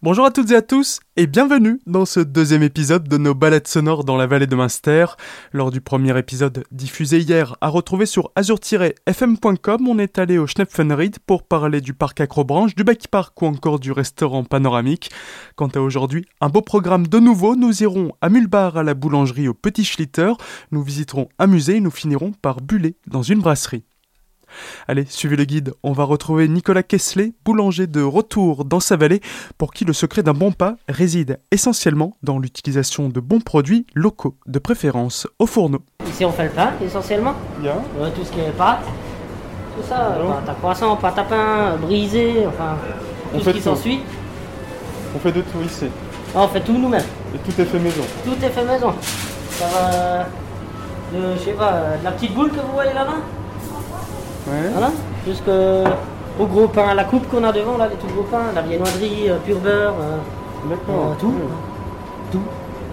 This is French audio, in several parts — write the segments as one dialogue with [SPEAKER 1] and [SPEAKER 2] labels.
[SPEAKER 1] Bonjour à toutes et à tous et bienvenue dans ce deuxième épisode de nos balades sonores dans la vallée de Munster. Lors du premier épisode diffusé hier à retrouver sur azur-fm.com, on est allé au Schnepfenried pour parler du parc Acrobranche, du Baki Park ou encore du restaurant panoramique. Quant à aujourd'hui, un beau programme de nouveau, nous irons à Mulbar à la boulangerie au Petit Schlitter, nous visiterons un musée et nous finirons par buller dans une brasserie. Allez, suivez le guide, on va retrouver Nicolas Kessler, boulanger de retour dans sa vallée, pour qui le secret d'un bon pas réside essentiellement dans l'utilisation de bons produits locaux, de préférence au fourneau.
[SPEAKER 2] Ici, on fait le pain, essentiellement. Euh, tout ce qui est pâte, tout ça, euh,
[SPEAKER 1] Bon.
[SPEAKER 2] pâte à croissant, pâte à pain, euh, brisée, enfin,
[SPEAKER 1] On
[SPEAKER 2] tout
[SPEAKER 1] fait
[SPEAKER 2] ce qui
[SPEAKER 1] tout.
[SPEAKER 2] s'ensuit.
[SPEAKER 1] On fait de tout ici,
[SPEAKER 2] Ah, on fait tout nous-mêmes.
[SPEAKER 1] et tout est fait maison.
[SPEAKER 2] Tout est fait maison. Ça va euh, de, je sais pas, euh, de la petite boule que vous voyez là-bas, voilà, jusqu'au gros pain, la coupe qu'on a devant, là, les tout gros pains, la viennoiserie, euh, pur beurre, euh,
[SPEAKER 1] Oh.
[SPEAKER 2] euh, tout. Tout.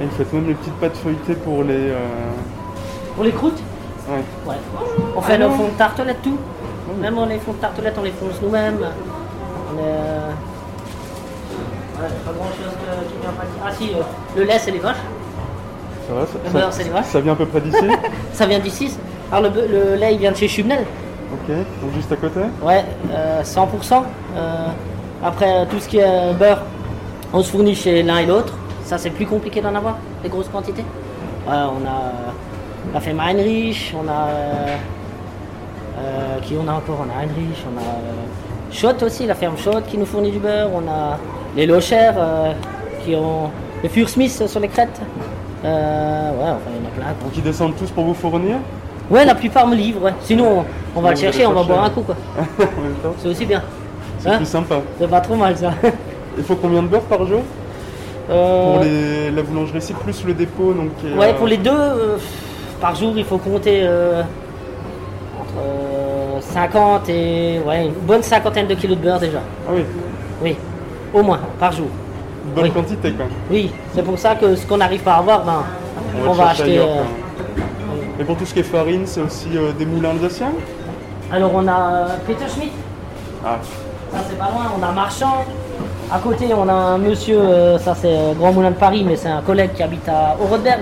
[SPEAKER 1] Et vous faites même les petites pâtes feuilletées pour les... euh,
[SPEAKER 2] Pour les croûtes, ouais. On fait nos fonds de tartelettes, tout. Même on les fonds de tartelettes, on les fonce nous-mêmes. On est, euh, voilà, pas grand chose qui vient pas Ah si, euh, le lait c'est les vaches.
[SPEAKER 1] Ça, va, ça,
[SPEAKER 2] Le beurre, c'est les vaches.
[SPEAKER 1] vient à peu près d'ici
[SPEAKER 2] Ça vient d'ici. Alors le, be- le lait il vient de chez Chumnel.
[SPEAKER 1] Ok, donc juste à côté
[SPEAKER 2] Ouais, euh, 100%. Euh, après euh, tout ce qui est euh, beurre, on se fournit chez l'un et l'autre. Ça c'est plus compliqué d'en avoir, des grosses quantités. Ouais, on a euh, la Femme Heinrich, on a euh, euh, qui on a encore, on a Heinrich, on a euh, Schott aussi, la ferme Schott qui nous fournit du beurre, on a les Lochères euh, qui ont le Fursmith sur les crêtes. Euh, ouais, enfin il y en a plein. quoi.
[SPEAKER 1] Donc ils descendent tous pour vous fournir
[SPEAKER 2] Ouais, la plupart me livrent, ouais. Sinon, on, on
[SPEAKER 1] Ouais,
[SPEAKER 2] va le
[SPEAKER 1] vous
[SPEAKER 2] chercher,
[SPEAKER 1] allez
[SPEAKER 2] on va
[SPEAKER 1] chercher,
[SPEAKER 2] boire un
[SPEAKER 1] ouais.
[SPEAKER 2] coup, quoi.
[SPEAKER 1] En même temps,
[SPEAKER 2] C'est aussi bien.
[SPEAKER 1] c'est
[SPEAKER 2] Hein
[SPEAKER 1] plus sympa.
[SPEAKER 2] C'est pas trop mal, ça.
[SPEAKER 1] Il faut combien de beurre par jour
[SPEAKER 2] Euh,
[SPEAKER 1] Pour les, la boulangerie ici, plus le dépôt, donc... qui est,
[SPEAKER 2] Ouais,
[SPEAKER 1] euh,
[SPEAKER 2] pour les deux, euh, par jour, il faut compter euh, entre euh, 50 et... Ouais, une bonne cinquantaine de kilos de beurre, déjà.
[SPEAKER 1] Ah oui,
[SPEAKER 2] Oui, au moins, par jour.
[SPEAKER 1] une bonne
[SPEAKER 2] Oui.
[SPEAKER 1] quantité, quoi.
[SPEAKER 2] Oui, c'est pour ça que ce qu'on n'arrive pas à avoir, ben, on,
[SPEAKER 1] le
[SPEAKER 2] va
[SPEAKER 1] chercher
[SPEAKER 2] acheter...
[SPEAKER 1] ailleurs,
[SPEAKER 2] euh,
[SPEAKER 1] quoi. Et pour tout ce qui est farine, c'est aussi euh, des moulins alsaciens
[SPEAKER 2] Alors, on a euh, Peter Schmidt,
[SPEAKER 1] Ah,
[SPEAKER 2] Ça c'est pas loin, on a Marchand. À côté, on a un monsieur, euh, ça c'est euh, Grand Moulin de Paris, mais c'est un collègue qui habite à Orodberg.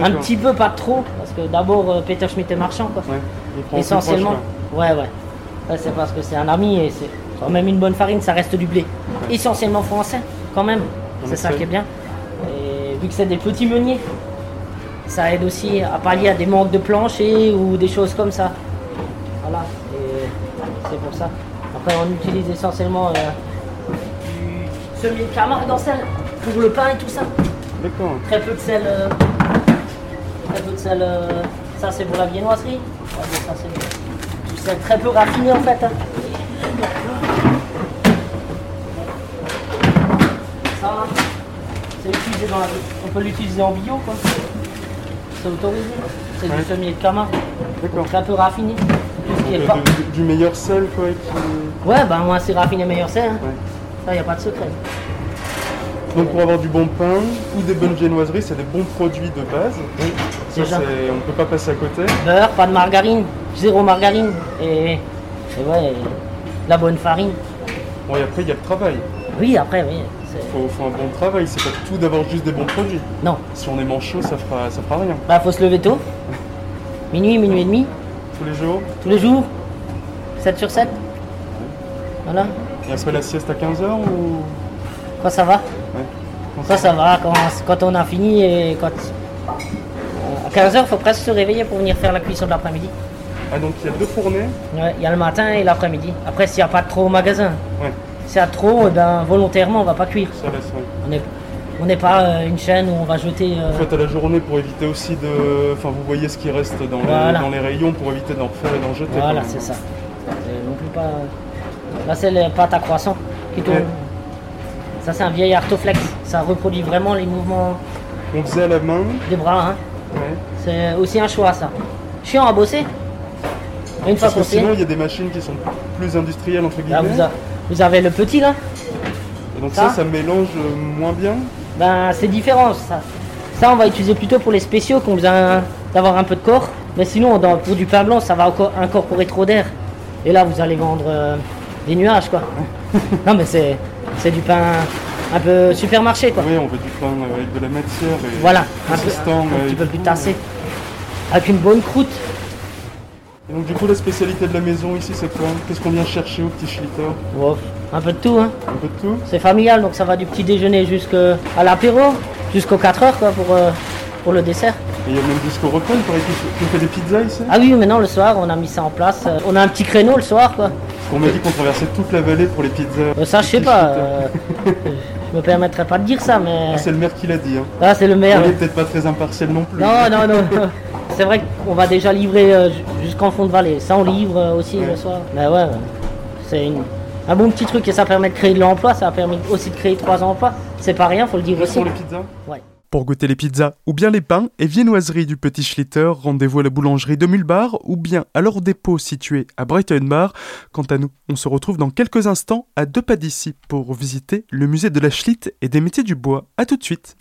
[SPEAKER 2] Un
[SPEAKER 1] D'accord.
[SPEAKER 2] petit peu, pas trop, parce que d'abord euh, Peter Schmidt est marchand, quoi.
[SPEAKER 1] ouais. Il prend plus
[SPEAKER 2] Essentiellement.
[SPEAKER 1] proche, quoi.
[SPEAKER 2] ouais, ouais. Ouais, c'est parce que c'est un ami et c'est quand même une bonne farine, ça reste du blé. Essentiellement français, quand même.
[SPEAKER 1] En
[SPEAKER 2] C'est ça
[SPEAKER 1] effet.
[SPEAKER 2] qui est bien. Et vu que c'est des petits meuniers, ça aide aussi à pallier à des manques de plancher ou des choses comme ça. Voilà, et c'est pour ça. Après, on utilise essentiellement euh, du semis de Camargue en sel pour le pain et tout ça.
[SPEAKER 1] D'accord.
[SPEAKER 2] Très peu de sel. euh, très peu de sel. euh, ça, c'est pour la viennoiserie. Ouais, mais ça, c'est du sel très peu raffiné en fait. hein. Ça, hein, c'est utilisé dans la On peut l'utiliser en bio, quoi. C'est autorisé. C'est
[SPEAKER 1] Ouais.
[SPEAKER 2] du semi de Camargue.
[SPEAKER 1] D'accord.
[SPEAKER 2] Très peu raffiné. Tout ce qui est pas-
[SPEAKER 1] Donc, euh, du- Du meilleur sel, quoi, et qui-
[SPEAKER 2] Ouais, ben moins c'est raffiné, meilleur c'est. Hein.
[SPEAKER 1] Ouais.
[SPEAKER 2] Ça, y a pas de secret.
[SPEAKER 1] Donc pour avoir du bon pain ou des bonnes viennoiseries, c'est des bons produits de base.
[SPEAKER 2] Oui,
[SPEAKER 1] Ça,
[SPEAKER 2] déjà.
[SPEAKER 1] c'est- on ne peut pas passer à côté.
[SPEAKER 2] beurre, pas de margarine, zéro margarine et, et ouais, la bonne farine.
[SPEAKER 1] Bon, et après, il y a le travail.
[SPEAKER 2] Oui, après, oui. c'est-
[SPEAKER 1] faut, faut un bon travail, c'est pas tout d'avoir juste des bons produits.
[SPEAKER 2] Non,
[SPEAKER 1] Si on est manchot, ça fera, ça fera rien.
[SPEAKER 2] bah faut se lever tôt. Minuit, minuit et demi,
[SPEAKER 1] Tous les jours,
[SPEAKER 2] tous les jours, 7 sur 7. Voilà,
[SPEAKER 1] et après la sieste à 15h ou.
[SPEAKER 2] quand ça va.
[SPEAKER 1] Ouais. Quand ça-
[SPEAKER 2] Quand ça va, quand, quand on a fini et quand. À 15h, faut presque se réveiller pour venir faire la cuisson de l'après-midi.
[SPEAKER 1] Ah, donc il y a deux fournées.
[SPEAKER 2] Ouais, Il y a le matin et l'après-midi. Après, s'il n'y a pas trop au magasin,
[SPEAKER 1] Ouais,
[SPEAKER 2] s'il y a trop, eh ben, volontairement, on va pas cuire.
[SPEAKER 1] ça laisse. ouais.
[SPEAKER 2] On n'est on n'est pas euh, une chaîne où on va jeter. euh,
[SPEAKER 1] Vous faites à la journée pour éviter aussi de. Enfin, vous voyez ce qui reste dans les,
[SPEAKER 2] Voilà.
[SPEAKER 1] dans les rayons pour éviter d'en refaire et d'en jeter.
[SPEAKER 2] Voilà,
[SPEAKER 1] quand même.
[SPEAKER 2] c'est ça. C'est non plus pas. Là, c'est les pâtes à croissant qui tournent.
[SPEAKER 1] Ouais.
[SPEAKER 2] Ça, c'est un vieil Artoflex. Ça reproduit vraiment les mouvements
[SPEAKER 1] On faisait à la main.
[SPEAKER 2] des bras. hein.
[SPEAKER 1] Ouais.
[SPEAKER 2] C'est aussi un choix, ça. Chiant à bosser. Mais Une fois
[SPEAKER 1] Parce que
[SPEAKER 2] qu'on sait,
[SPEAKER 1] sinon, il y a des machines qui sont plus industrielles, entre
[SPEAKER 2] là,
[SPEAKER 1] guillemets.
[SPEAKER 2] vous, a- vous avez le petit, là.
[SPEAKER 1] Et donc ça,
[SPEAKER 2] ça
[SPEAKER 1] ça mélange euh, moins bien.
[SPEAKER 2] Ben, c'est différent, ça. Ça, on va utiliser plutôt pour les spéciaux qui ont besoin d'avoir un peu de corps. Mais sinon, dans- pour du pain blanc, ça va encore incorporer trop d'air. Et là, vous allez vendre euh, des nuages, quoi. non, mais c'est c'est du pain un peu supermarché quoi.
[SPEAKER 1] Oui, on veut du pain euh, avec de la matière et
[SPEAKER 2] Voilà, un, peu,
[SPEAKER 1] consistant.
[SPEAKER 2] un
[SPEAKER 1] euh,
[SPEAKER 2] petit
[SPEAKER 1] et
[SPEAKER 2] peu
[SPEAKER 1] tout.
[SPEAKER 2] plus tassé. Avec une bonne croûte.
[SPEAKER 1] Et donc du coup, la spécialité de la maison ici, c'est quoi Qu'est-ce qu'on vient chercher au petit schlitteur
[SPEAKER 2] Wow, Un peu de tout, hein.
[SPEAKER 1] Un peu de tout
[SPEAKER 2] C'est familial, donc ça va du petit déjeuner jusqu'à l'apéro, jusqu'aux 4 heures quoi, pour, euh, pour le dessert.
[SPEAKER 1] Et il y a même jusqu'au repas, il paraît qu'on fait des pizzas ici
[SPEAKER 2] Ah oui, maintenant le soir, on a mis ça en place. Euh, On a un petit créneau le soir, quoi.
[SPEAKER 1] On m'a dit qu'on traversait toute la vallée pour les pizzas.
[SPEAKER 2] Euh, Ça, je sais pas. euh, je me permettrai pas de dire ça, mais
[SPEAKER 1] Ah, c'est le maire qui l'a dit. Hein.
[SPEAKER 2] là, c'est le meilleur.
[SPEAKER 1] On est peut-être pas très impartial non plus.
[SPEAKER 2] Non, non, non. C'est vrai qu'on va déjà livrer euh, ju- jusqu'en fond de vallée. Ça, on livre euh, aussi le soir. Mais ouais, c'est une- un bon petit truc et ça permet de créer de l'emploi. Ça a permis aussi de créer trois emplois. C'est pas rien, faut le dire
[SPEAKER 1] Juste
[SPEAKER 2] aussi.
[SPEAKER 1] pour les pizzas
[SPEAKER 2] Ouais.
[SPEAKER 1] Pour goûter les pizzas ou bien les pains et viennoiseries du Petit Schlitter, rendez-vous à la boulangerie de Mulbar ou bien à leur dépôt situé à Brighton-Bar. Quant à nous, on se retrouve dans quelques instants à deux pas d'ici pour visiter le musée de la Schlitt et des métiers du bois. A tout de suite